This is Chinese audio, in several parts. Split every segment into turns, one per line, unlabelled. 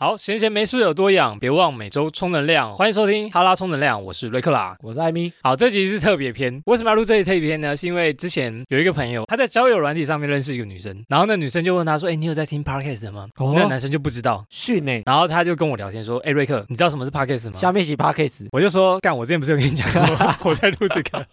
好，闲闲没事耳朵痒，别忘每周充能量。欢迎收听哈拉充能量，我是瑞克啦。
我是艾米，
好，这集是特别篇。为什么要录这集特别篇呢？是因为之前有一个朋友，他在交友软体上面认识一个女生，然后那女生就问他说：“哎、你有在听 podcast 的吗？”
哦
那男生就不知道，
训呢、
然后他就跟我聊天说：“哎、瑞克，你知道什么是 podcast 吗
下面一起 p o d c a s？”
我就说：“干，我之前不是有跟你讲过，我在录这个。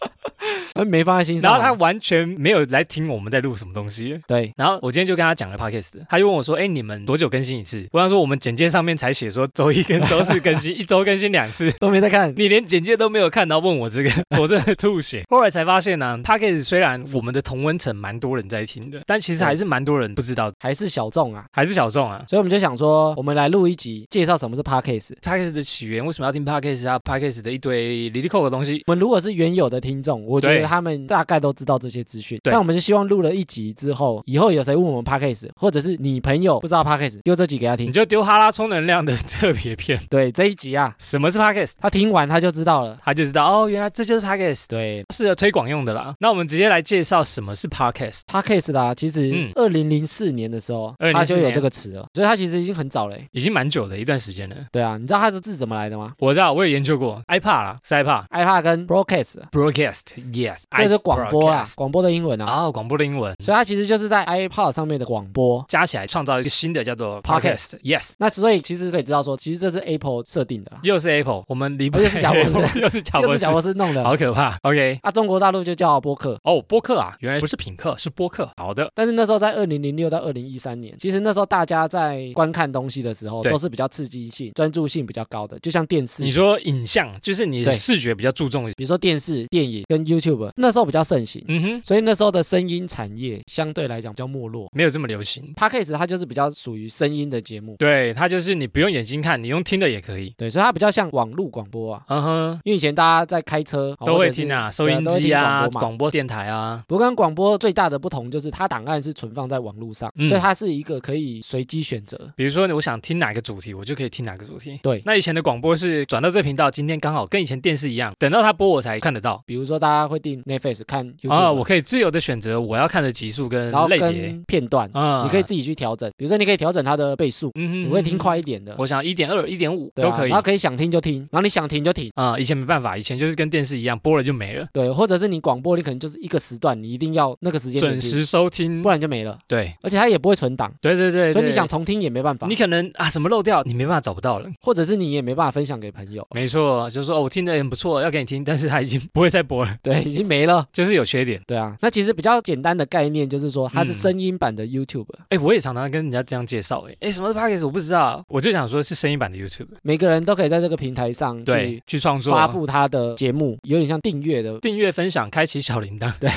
t 没放在心”
然
上
后
啊。
他完全没有来听我们在录什么东西。
对
然后我今天就跟他讲了 podcast，他就问我说：“哎，你们多久更新一次？”我想说我们简介上面才写说周一跟周四更新，一周更新两次，
都没在看，
你连简介都没有看，然后问我这个， 我真的吐血。 后来才发现呢、p o d c a s t 虽然我们的同温层蛮多人在听的，但其实还是蛮多人不知道，
还是小众啊。
还是小众啊。
所以我们就想说，我们来录一集介绍什么是 p o d c a s t
p o d c a s t 的起源为什么要听 podcast 啊？podcast 的一堆 l i l i c o 的东西，
我们如果是原有的听众，我觉
对
得他们大概都知道这些资讯。
对
但我们就希望录了一集之后，以后有谁问我们 p o d c a s t 或者是你朋友不知道 p o d c a s t 丢这集给他
你
听。
就丢哈拉充能量的特别篇，
对这一集啊，
什么是 podcast，
他听完他就知道了。
他就知道哦，原来这就是 podcast。
对
适合推广用的啦。那我们直接来介绍什么是 podcast。
p o d c a s t 啊，其
嗯
实二零零四年的时候，
2004
他就有
年
这个词了，所以他其实已经很早嘞。
已经蛮久的一段时间了。
对啊，你知道他的字怎么来的吗
我知道，我有研究过 iPad 啦，是 iPad。
？iPad 跟 Broadcast，啊
Broadcast，yes，
这就是广播啦
iBroadcast，
广播的英文啊。
然后哦广播的英文
所以它其实就是在 iPod 上面的广播。
加起来创造一个新的叫做
Podcast
podcast，yes。
那所以其实可以知道说，其实这是 Apple 设定的啦，
又是 Apple，我们离不
哦又是
开
贾博
又是乔
又
博
是
士
小，博士弄的。
好可怕。OK，
啊，中国大陆就叫播客。
哦，播客啊，原来不是品客，是播客。好的，
但是那时候在二零零六到二零一三年，其实那时候大家在观看东西的时候
对
都是比较刺激性、专注性比较高的，就像电视，
你说影像就是你的
对
视觉比较注重，
比如说电视、电影跟 YouTube，那时候比较盛行，
嗯哼，
所以那时候的声音产业相对来讲比较没落。
没有这么流行。
Podcast 它就是比较属于声音的节目，
对，它就是你不用眼睛看，你用听的也可以。
对，所以它比较像网络广播啊。
嗯哼，
因为以前大家在开车
都会
哦或者是
听啊，收
对
音
都会
机
听
啊，
广播嘛
广播电台啊，
不过跟广播最大的不同就是，它档案是存放在网络上，
嗯
所以它是一个可以随机选择。
比如说，我想听哪个主题，我就可以听哪个主题。
对
那以前的广播是转到这频道，今天刚好跟以前电视一样，等到它播我才看得到。
比如说，大家会订 Netflix 看 YouTube，、
啊，我可以自由的选择我要看的集数跟
然后
类别。
跟片段，
啊，
你可以，自己去调整。比如说，你可以调整它的倍速，
嗯哼
你会听，快一点的，
我想一点二、一点五
对啊
都可以
然后。可以想听就听，然后你想停就停。
啊，以前没办法，以前就是跟电视一样，播了就没了，
对，或者是你广播，你可能就是一个时段，你一定要那个时间点
准
听，
时收听
不。然就没了。
对，
而且它也不会存档，
对对对，
所以你
对
想，重听也没办法
你，可能啊什么漏掉，你没办法找不到了。
或者是你也没办法分享给朋友。
没错，就是说哦我听的很不错，要给你听，但是它已经不会再播了，
对，已经没了。
就是有缺点。
对啊，那其实比较简单的概念就是说，它是
嗯
声音版的 YouTube，、
哎，我也常常跟人家这样介绍，哎，哎，什么是 podcast 我不知道，我就想说是声音版的 YouTube。
每个人都可以在这个平台上
对
去，
去创作、
发布他的节目，有点像订阅的。
订阅、分享、开启小铃铛，
对，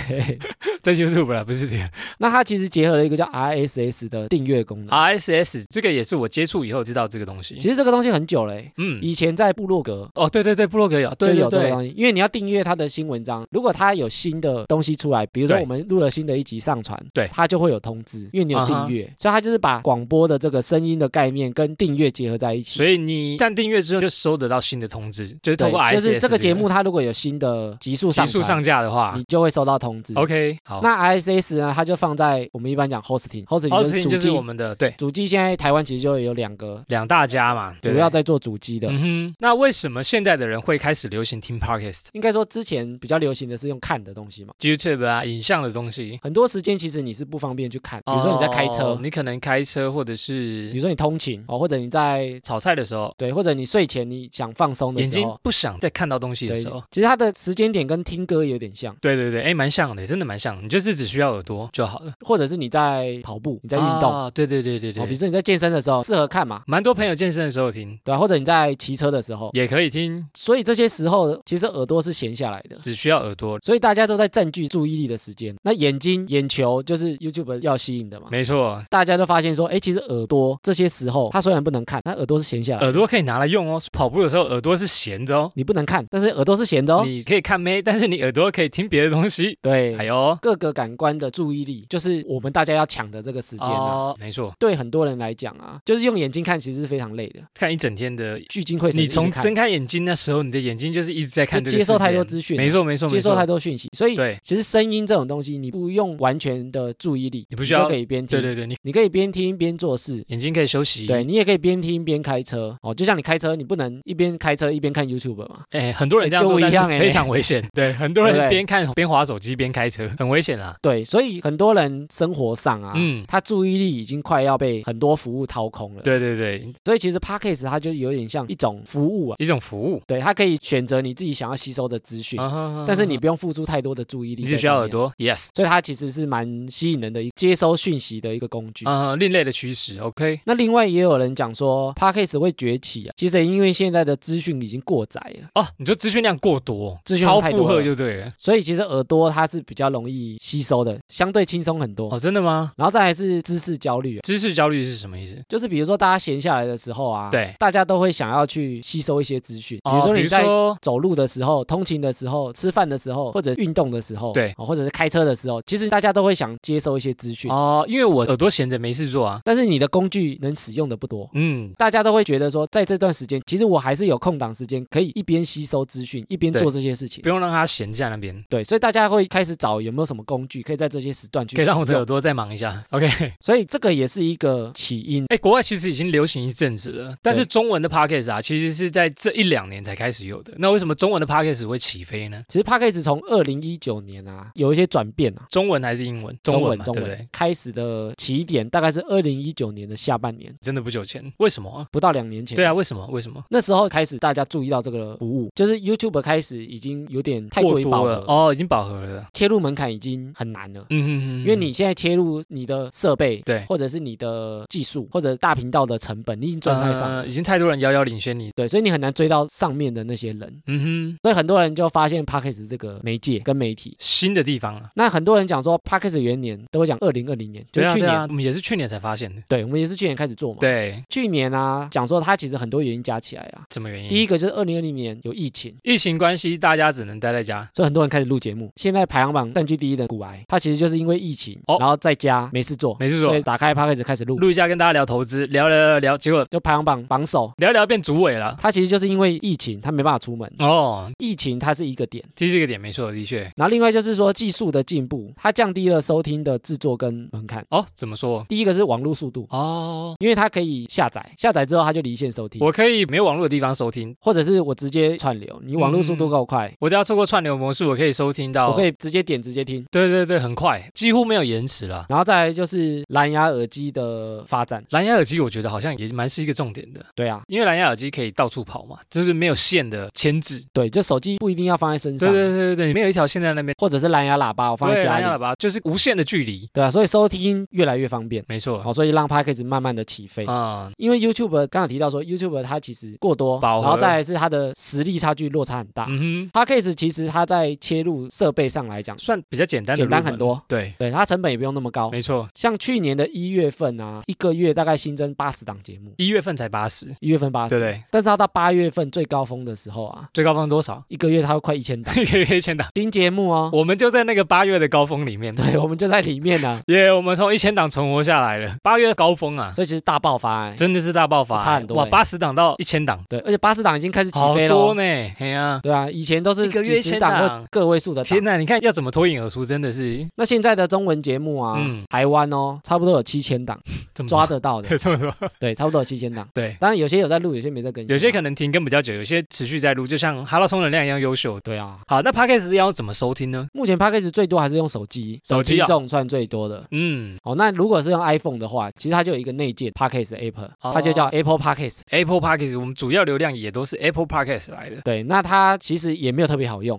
在 YouTube 啦，不是这样。
那它其实结合了一个叫 RSS 的订阅功能。
啊 RSS 这个也是我接触以后知道这个东西。
其实这个东西很久了欸、
嗯，
以前在部落格
哦，对对对，部落格有，
就
对对
有这个
对，
东西，因为你要订阅它的新文章，如果它有新的东西出来，比如说
对
我们录了新的一集上传，
对
它就会有通知，因为你有
啊哈
订阅，所以它就是把广播的这个声音的概念跟订阅结合在一起。
所以你但订阅之后就收得到新的通知，就是通
对
过，
就
RSS
是这个节目它如果有新的集数
急
上
速
传，
上架的话
你就会收到通知。
，OK，好。
那 RSS 呢，它就放在我们一般讲 hosting，hosting 就是主
RSS 就是
机
我们的对
主机现在台湾其实就有两个，
两大家嘛，对
主
不
要
对。
在做主机的。
嗯哼，那为什么现在的人会开始流行听 podcast、
应该说之前比较流行的是用看的东西嘛，
YouTube 啊、影像的东西？
很多时间其实你是不方便去看，比如说你在开车
哦，你可能开车或者
比
是
如说你通勤哦，或者你在
炒菜的时候，
对，或者你睡前你想放松的
眼
时
睛
候，
不想再看到东西的
对
时候，，
其实它的时间点跟听歌有点像，
对对对，哎，蛮像的，真的蛮像。你就是只需要耳朵就好了，
或者是你在跑步，你在运动，哦，
啊，对对对对
比如
对。
说你在健身的时候适合看嘛，
蛮多朋友健身的时候听，
对啊，或者你在骑车的时候，
也可以听，
所以这些时候其实耳朵是闲下来的。
只需要耳朵。
所以大家都在占据注意力的时间。那眼睛、眼球就是 YouTube 要吸引的嘛。
没错，
大家都发现说，哎，其实耳朵这些时候，它虽然不能看，它耳朵是闲下来的，
耳朵可以拿来用哦。跑步的时候耳朵是闲着哦，
你不能看，但是耳朵是闲的哦。
你可以看妹，但是你耳朵可以听别的东西。
对，
哎呦，
各个感官的注意力，就是我们大家要抢的这个时间啊。
哦，没错，
对很多人来讲啊，就是用眼睛看其实是非常累的，
看一整天的，
聚精会神
你
地一直看。
从睁开眼睛那时候，你的眼睛就是一直在看
就
这个
接受
世界
太多资讯了
没错没错，
接受
没错
太多讯息，所以
对
其实声音这种东西，你不用完全的注意力，
你不需要
就可以边听，
对对对，你
你可以边听边做事。
眼睛可以休息，
对，你也可以边听边开车哦，就像你开车，你不能一边开车一边看 YouTube 嘛，
哎，很多人这样
就
做，
我
但
一样
是
哎
非常危 险。对，很多
对不
人
对
边看边滑手机边开车，很危险啊。
对，所以很多人生活上啊，
嗯
他注意力已经快要被很多服务掏空了，，
对对对，
所以其实 Podcast 它就有点像一种服务啊，
一种服务。
对，它可以选择你自己想要吸收的资讯，
啊哈哈
但是你
哈
不用付出太多的注意力，
你只需要耳，朵，yes，
所以它其实是蛮吸引人的一接收讯息的一个工具。
啊，另类的趋势，OK，
那另外也有人讲说 p a c k a g e 会崛起啊，其实也因为现在的资讯已经过载了，
哦，你就资讯量过多，
资讯
超
量太多
负荷
了
就对了。
所以其实耳朵它是比较容易吸收的，相对轻松很多。
哦，真的吗？
然后再来是知识焦虑啊、
知识焦虑是什么意思？
就是比如说大家闲下来的时候啊，
对
大家都会想要去吸收一些资讯，比
哦
如说
比
你
如
在。
说，
走路的时候、通勤的时候、吃饭的时候，或者运动的时候，
对
哦或者是开车的时候，其实大家都会想接收一些资讯，
哦，因为我耳朵闲着没事做啊。
但是你的工具能使用的不多，
嗯，
大家都会觉得说，在这段时间，其实我还是有空档时间，可以一边吸收资讯，一边
对
做这些事情
不。用让它闲在那边，
对，所以大家会开始找有没有什么工具可以在这些时段去
可以让我的
使
耳
用
朵再忙一下。OK，
所以这个也是一个起因。
哎，国外其实已经流行一阵子了，但是中文的 podcast 啊，其实是在这一两年才开始有的。那为什么中文的 podcast 会起飞呢？
其实 p a c k a g e 从二零一九年啊，有一些转变啊。
中文还是英文？中
中
文
文
嘛，
中
对
文
不对？
开始的起点大概是二零一九年的下半年，
真的不久前，为什么啊？
不到两年前。
对啊，，为什么？为什么？
那时候开始大家注意到这个服务，就是 YouTube 开始已经有点太过于饱
多
和
了，哦，已经饱和了。
切入门槛已经很难了。
嗯嗯嗯，
因为你现在切入你的设备，
对
或者是你的技术，或者大频道的成本，你已经追不太上了。
呃已经太多人遥遥领先你。
对，所以你很难追到上面的那些人，
嗯哼，
所以很多人就发现 Podcast 这个媒介跟媒体。
新的地方啊。
那很多人讲说 Podcast 元年都会讲二零二零年，就
对
是
啊，
去
对
年。
啊，我们也是去年才发现的。
对我们也是去年开始做嘛。，
对，
去年啊，讲说它其实很多原因加起来啊。
什么原因？
第一个就是二零二零年有疫情，
疫情关系，大家只能待在家。
所以很多人开始录节目。现在排行榜占据第一的古癌，他其实就是因为疫情，
哦
然后在家没事做，
没事
所
做
以，打开 Podcast 开始录，
录一下跟大家聊投资，聊聊聊聊，结果
就排行榜榜首。
聊聊变主委了。
他其实就是因为疫情，他没办法出门，
哦，
疫情它是一个点。
这是一个点，没错，的确。
然后另外就是说技术的进步，它降低了收听的制作跟门槛。
哦，怎么说？
第一个是网络速度，
哦，
因为它可以下载，下载之后它就离线收听，
我可以没有网络的地方收听，
或者是我直接串流，你网络速
嗯
度够快，
我只要透过串流模式，我可以收听到。
我可以直接点直接听。
对对对，很快，几乎没有延迟啦。
然后再来就是蓝牙耳机的发展，
蓝牙耳机我觉得好像也蛮是一个重点的，
对啊，
因为蓝牙耳机可以到处跑嘛，就是没有线的牵制。
对，就手机不一定要放在身
对
上，
对对对对，没有一条线在那边，
或者是蓝牙喇叭我放在
对
家
蓝牙喇
里，
叭就是无限的距离，
对啊，所以收听越来越方便，
没错。
好，所以让 p a c k a g e 慢慢的起飞。
嗯，
因为 YouTube 刚刚有提到说 YouTube 它其实过多，
饱
然
和
后再来是它的实力差距落差很大，
嗯哼，
Podcast 其实它在切入设备上来讲，
算比较简单的，啊
简单很。多，哦
对，
对它成本也不用那么高。
没错，
像去年的一月份啊，一个月大概新增八十档节目，
一月份才八十，
一月份八
对
十，
不对？
但是它到八月份最高峰的时候啊，
最高峰多少？
一个月它会快一千档
可以可以先打，
新节目哦。
我们就在那个八月的高峰里面。
对，我们就在里面啊 呢、
耶我们从一千档存活下来了，八月高峰啊
啊，，所以其实大爆发、欸。
真的是大爆发、
差很多
哇，
欸
八十档到一千档，
对，而且八十档已经开始起
好
飞了
多
哦。
呢，嘿呀、
对啊，以前都是
一个月
几十档
1000档
或个位数的档
天。哪，你看要怎么脱颖而出，真的是，
那现在的中文节目啊，
嗯
台湾哦，差不多有七千档
怎么
抓得到的，
有这么 多？
对，差不多有七千档。
对，
当然有些有在录，有些没在更新啊，
有些可能停更比较久，有些持续在录，就像哈拉充能量一样优秀。
对啊，
好，那 podcast 要怎么收听呢？
目前 p a c k a g e 最多还是用手机，
手机啊
听众算最多的。
嗯
哦，那如果是用 iPhone 的话，其实它就有一个内建 p a c k a g e App，
哦
它就叫 Apple p a c k a g e
，Apple podcast 我们主要流量也都是 Apple podcast 来的，
对，那它其实也没有特别好用，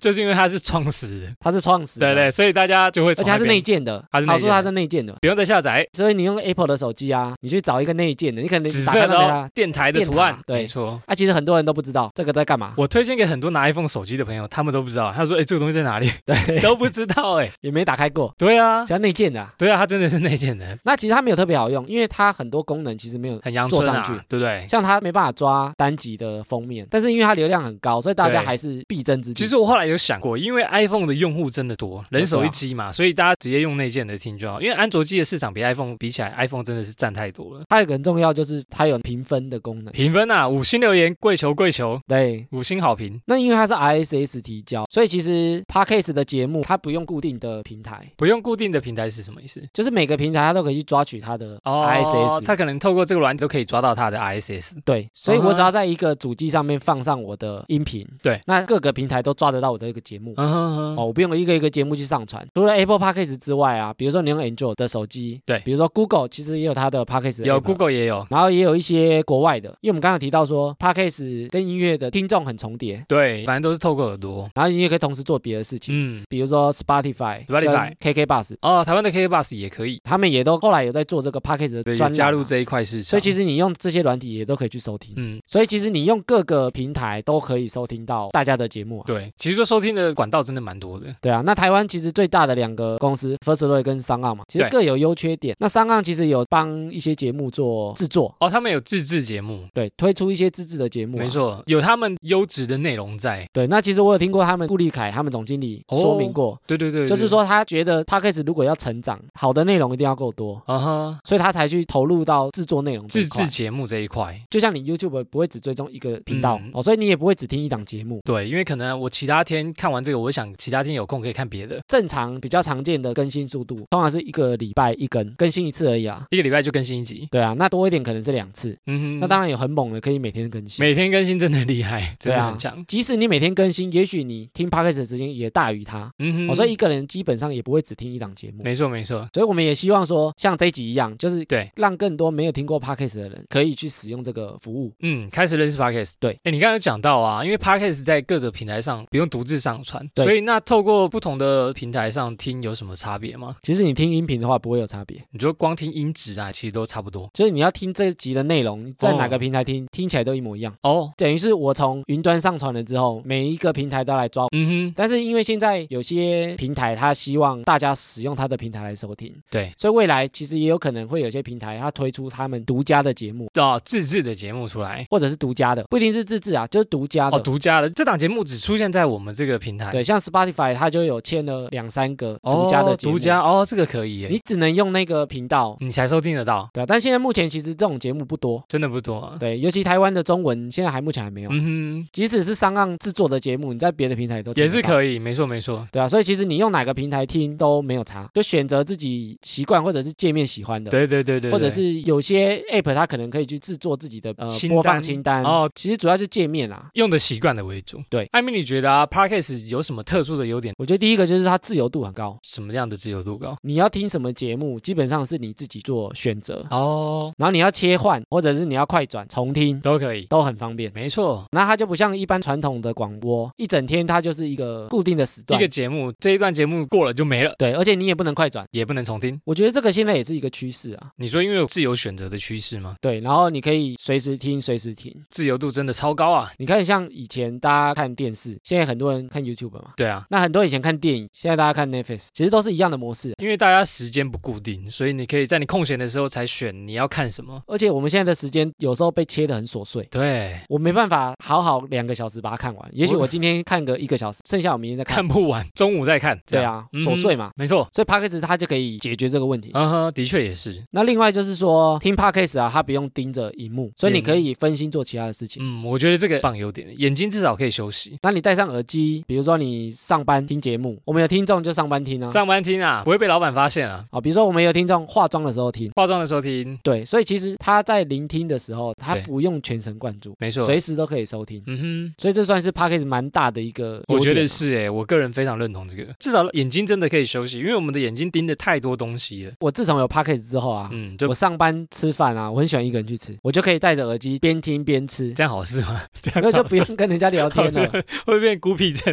就是因为它是创始人，
它是创始
对
人，
对，所以大家就会
而
从
且它是
那边
内建的，
它是内
好处
建的
它是内建的，
不用再下载
所以你用 Apple 的手机啊，你去找一个内建的，你可能
紫
打开
色
那
的
边
哦
啊。
电台的
电
图案
塔，对
没错。
啊，其实很多人都不知道这个在干嘛，
我推荐给很多拿 iPhone 手机的朋友，他们都不知道。他说：“哎、这个东西在哪里？
对，
都不知道。”哎，
也没打开过，
对啊
只，要内建的啊。
对啊，它真的是内建的，
那其实它没有特别好用，因为它很多功能其实没有
很阳春啊
做上，去
对不对？
像它没办法抓单集的封面，但是因为它流量很高，所以大家
对
还是必争之地。
其实我后来有想过，因为 iPhone 的用户真的多，人手一机嘛，所以大家直接用内建的听就好。因为安卓机的市场比 iPhone 比起来，iPhone 真的是占太多了。
它有个很重要，就是它有评分的功能。
评分啊，五星留言，跪求跪求，
对，
五星好评，
那因为它是 RSS 提交，所以其实 Podcast 的节目它不用固定的平台，
不用固定的平台是什么意思？
就是每个平台它都可以去抓取它的
哦
RSS。
它可能透过这个软体都可以抓到它的 RSS。
对，所以我
嗯
只要在一个主机上面放上我的音频，
对，
那各个平台都抓得到我的一个节目。
嗯哼哼
哦，我不用一个一个节目去上传。除了 Apple Podcast 之外啊，比如说你用 Android 的手机，
对
比如说 Google 其实也有它的 Podcast，的
有
app
Google 也有，
然后也有一些国外的，因为我们刚刚有提到说 Podcast 跟音乐的听众很重叠，
对，反正都是透过耳朵。
然后你也可以同时做别的事情，
嗯，
比如说 Spotify、
Spotify
KK Bus，
哦，台湾的 KK Bus 也可以，
他们也都后来有在做这个
对，
Podcast 的
有
专栏啊
加入这一块市场。
所以其实你用这些软体也都可以去收听，
嗯，
所以其实你用各个平台都可以收听到大家的节目啊。
对，其实说收听的管道真的蛮多的。
对啊，那台湾其实最大的两个公司 First Story 跟商岸嘛，其实
对
各有优缺点。那商岸其实有帮一些节目做制作，
哦，他们有自制节目，
对，推出一些自制的节目、啊
没。错，有他们优质的内容在。
对，那其实我有听过他们顾立凯他们总经理
哦
说明过，
对对对，
就是
对，
说他觉得 podcast 如果要成长，好的内容一定要够多，
啊哈，
所以他才去投入到制作内嗯容这一
自
块
制。节目这一块。
就像你 YouTube 不会只追踪一个频道、
嗯
哦，所以你也不会只听一档节目。
对，因为可能我其他天看完这个，我想其他天有空可以看别的，
正常比较常见的更新速度，通常是一个礼拜一更，更新一次而已啊。
一个礼拜就更新一集。
对啊，那多一点可能是两次。
嗯哼，
那当然有很猛的，可以每天更新。
每天更新真的厉害，真
对
的
啊
很强。
即使你每天更新，也许你听 podcast 的时间也大于它。
嗯
哦，
哼，
所以一个人基本上也不会只听一档节目。
没错没错，
所以我们也希望说，像这一集一样，就是
对
让更多没有听过 podcast 的人可以去使用这个服务。
嗯，开始认识 Podcast。
对，
哎，你刚才讲到啊，因为 Podcast 在各个平台上不用独自上传，
对
所以那透过不同的平台上听有什么差别吗？
其实你听音频的话不会有差别，
你就光听音质啊，其实都差不多
就是你要听这一集的内容，你在
哦
哪个平台听，听起来都一模一样。
哦。
等于是我从云端上传了之后，每一个平台都来抓。
嗯哼，
但是因为现在有些平台，它希望大家使用它的平台来收听，
对，
所以未来其实也有可能会有些平台它推出他们独家的节目，
哦，自制的节目出来。
或者是独家的，不一定是自制啊，就是独家的。
哦，独家的这档节目只出现在我们这个平台。
对，像 Spotify 它就有签了两三个
哦，
独家的节目，
独家哦，这个可以耶，
你只能用那个频道。
你才收听得到，
对啊，但现在目前其实这种节目不多，
真的不多、啊。
对，尤其台湾的中文现在还目前还没有，
嗯哼，
即使是商岸制作的节目，你在别的平台都听
也
得
是
到
可以，没错没错。
对啊，所以其实你用哪个平台听都没有差，就选择自己习惯或者是界面喜欢的，
对对对对，
或者
对
是有些 app 它可能可以去制作自己的呃
清
播放
单
清单。
哦，
其实主要是界面啊，
用的习惯的为主。
对
艾米，你觉得啊，Parkes 有什么特殊的优点？
我觉得第一个就是它自由度很高，
什么样的自由度高？
你要听什么节目，基本上是你自己做选择，
哦，
然后你要切换或者是你要快转重听
都可以，
都很方便。
没错。
那它就不像一般传统的广播，一整天它就是一个固定的时
一
段
个，节目这一段节目过了就没了，
对，而且你也不能快转。
也不能重听。
我觉得这个现在也是一个趋势啊，
你说因为有自由选择的趋势吗？
对，然后你可以随时听，随时听。
自由度真的超高啊！
你看，像以前大家看电视，现在很多人看 YouTube 嘛。
对啊，
那很多人以前看电影，现在大家看 Netflix，其实都是一样的模式。
因为大家时间不固定，所以你可以在你空闲的时候才选你要看什么。
而且我们现在的时间有时候被切得很琐碎，
对，
我没办法好好两个小时把它看完。也许
我
我今天看个一个小时，剩下我明天再看。
看不完，中午再看。这
对
样，
啊，
嗯
琐碎嘛。
没错。
所以 Podcast 它就可以解决这个问题。
嗯哼，的确也是。
那另外就是说，听 Podcast 啊，它不用盯着荧幕，所以你
眼
可以分心做其他的事情。
嗯，我觉得这个棒有点，眼睛至少可以休息。
那你戴上耳机，比如说你上班听节目，我们有听众就上班听啊。
上班听啊，不会被老板发现啊。
啊，比如说我们有听众化妆的时候听，
化妆的时候听，
对，所以其实他在聆听的时候，他
对
不用全神贯注，
没错。
随时都可以收听。
嗯哼。
所以这算是 p a c k a g e 蛮大的一个
我
优点，
觉得是诶，我个人非常认同这个，至少眼睛真的可以休息，因为我们的眼睛盯着太多东西了。
我自从有 p a c k a g e 之后啊，
嗯，就
我上班吃饭啊，我很喜欢一个人去吃，我就可以戴着耳机边听边吃，
这样好事 吗？这样
那就
好
不用跟人家聊 天了。
会变孤僻症，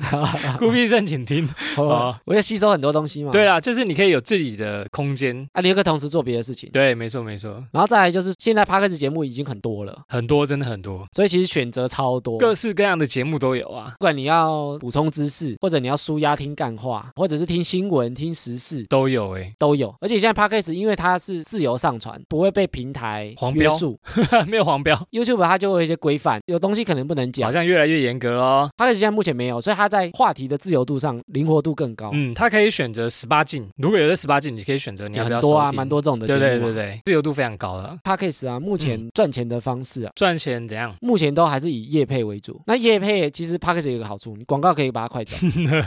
孤僻症请 听。
哦我就吸收很多东西嘛。
对啦，啊就是你可以有自己的空间。
啊，你又可以同时做别的事情。
对，没错没错，
然后再来就是，现在 p a c k a g e 节目已经很多了，
很多真的很多，
所以其实选择超多。
各式各样的节目都有啊，
不管你要补充知识，或者你要舒压听干话，或者是听新闻、听时事，
都有欸诶，
都有，而且现在 podcast 因为它是自由上传，不会被平台
黄
约
标
束。
没有黄标，
YouTube 它就会有一些规范，有东西可能不能
好
讲。
像越来越严格咯。
podcast 现在目前没有，所以它在话题的自由度上灵活过度更高。
嗯，他可以选择十八禁，如果有的十八禁，你可以选择你要
很
不要
多啊，
收听
蛮多这种的节
对
目、啊
对对。嗯对，自由度非常高了。
Podcast 啊，目前赚钱的方式啊，
赚钱怎样？
目前都还是以业配为主。那业配其实 Podcast 有一个好处，你广告可以把它快 转。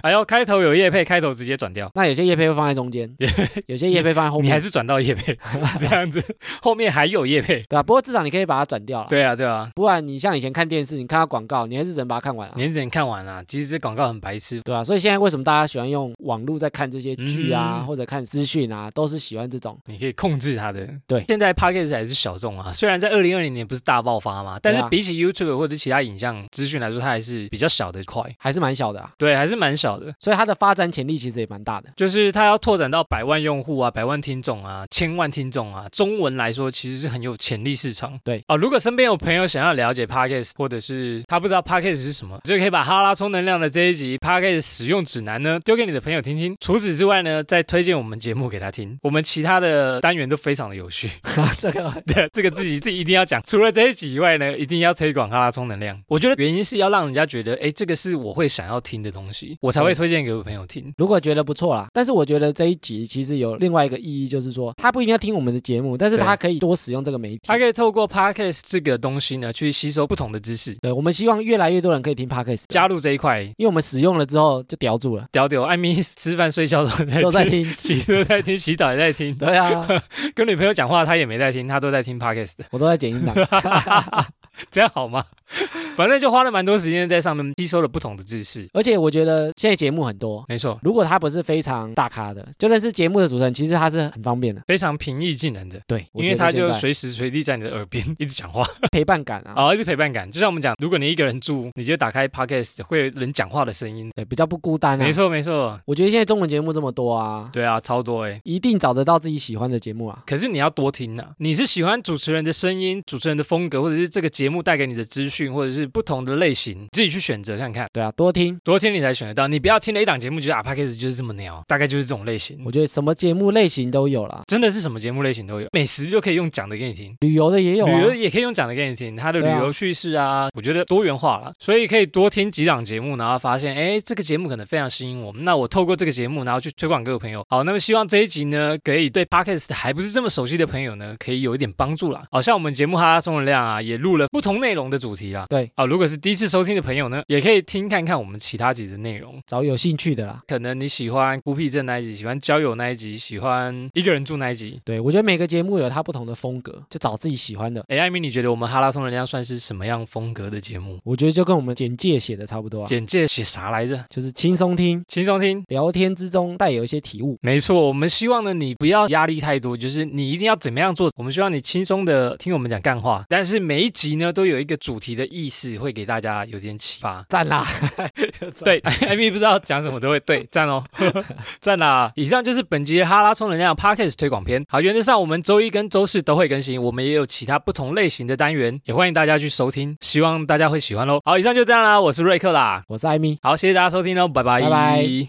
还要哎开头有叶配，开头直接转掉，
那有些业配会放在中 间，有些业配放在后
你
面，
还是转到叶 配，这样子后面还有叶配。
对啊。不过至少你可以把它转掉了。
对啊，对啊，
不然你像以前看电视，你看到广告，你还是只能把它看完啊，
你只能看完啦、其实这广告很白痴，
对啊，所以现在为什么大家喜欢用网络在看这些剧啊，
嗯
或者看资讯啊，都是喜欢这种。
你可以控制它的。
对
现在 podcast 还是小众啊，虽然在二零二零年不是大爆发嘛，但是
对啊
比起 YouTube 或者其他影像资讯来说，它还是比较小的块。
还是蛮小的啊，
对，还是蛮小的，
所以它的发展潜力其实也蛮大的。
就是它要拓展到百万用户啊、百万听众啊、千万听众啊，中文来说其实是很有潜力市场。
对
啊、如果身边有朋友想要了解 podcast，或者是他不知道 podcast 是什么，就可以把《哈拉充能量》的这一集 podcast 使用指南呢丢给你的朋友听听。除此之外呢，再推荐我们节目给他听。我们其他的单元都非常的有趣。
这个
对，这个自己自己一定要讲。除了这一集以外呢，一定要推广哈拉充能量。我觉得原因是要让人家觉得，哎，这个是我会想要听的东西，我才会推荐给我朋友听。
如果觉得不错啦，但是我觉得这一集其实有另外一个意义，就是说他不一定要听我们的节目，但是
对
他可以多使用这个媒体。
他可以透过 podcast 这个东西呢，去吸收不同的知识，
对，我们希望越来越多人可以听 podcast，
加入这一块。
因为我们使用了之后就 叼住了，
屌屌，艾米吃饭睡觉都在
都在
听，
听。
洗都在听，洗澡也在听，
对 啊，
跟女朋友讲话他也没在听，他都在听 podcast，
我都在剪音档。
这样好吗？ 反正就花了蛮多时间在上面，吸收了不同的知识。
而且我觉得现在节目很多，
没错，
如果他不是非常大咖的，就认识节目的主持人，其实他是很方便的。
非常平易近人的。
对，我
因为
觉得
他就哦
现在
随时随地在你的耳边 一直讲话，
陪伴感啊，
然后一直陪伴感。就像我们讲，如果你一个人住，你就打开 podcast，会有人讲话的声音。
对，比较不孤单啊。
没，错，没错，
我觉得现在中文节目这么多啊，
对啊，超多哎。
一定找得到自己喜欢的节目啊。
可是你要多听啊！你是喜欢主持人的声音、主持人的风格，或者是这个节目带给你的资讯，或者是不同的类型，自己去选择看看。
对啊，多听。
多听你才选得到，你不要听了一档节目就觉得啊 p a c a s 就是这么鸟，大概就是这种类型
我。觉得什么节目类型都有啦，
真的是什么节目类型都有，美食就可以用讲的给你听，
旅游的也有啊
旅。游也可以用讲的给你听，它的旅
对啊
游趣事啊，我觉得多元化了，所以可以多听几档节目，然后发现，哎，这个节目可能非常吸引我们，那我透过这个节目，然后去推广给我朋友。好，那么希望这一集呢，可以对 podcast 还不是这么熟悉的朋友呢，可以有一点帮助啦。好像我们节目哈拉充能量啊，也录了不同内容的主题啦。
对，
啊，如果是第一次收听的朋友呢，也可以听看看我们其他集的内容。
找有兴趣的啦。
可能你喜欢孤僻症那一集，喜欢交友那一集，喜欢一个人住那一集。
对，我觉得每个节目有它不同的风格，就找自己喜欢的。
哎，艾米，你觉得我们哈拉松人家算是什么样风格的节目？
我觉得就跟我们简介写的差不多啊，
简介写啥来着？
就是轻松听，
轻松听。
聊天之中带有一些体悟。
没错，我们希望呢，你不要压力太多，就是你一定要怎么样做。我们希望你轻松的听我们讲干话，但是每一集呢都有一个主题的意识，会给大家有点启发。
赞啦！
对，艾米不知道讲什么都会对，赞 哦，赞啦！以上就是本集哈拉充能量 Podcast 推广篇。好，原则上我们周一跟周四都会更新，我们也有其他不同类型的单元，也欢迎大家去收听，希望大家会喜欢喽。好，以上就这样啦，我是瑞克啦，
我是艾米。
好，谢谢大家收听喽，拜
拜拜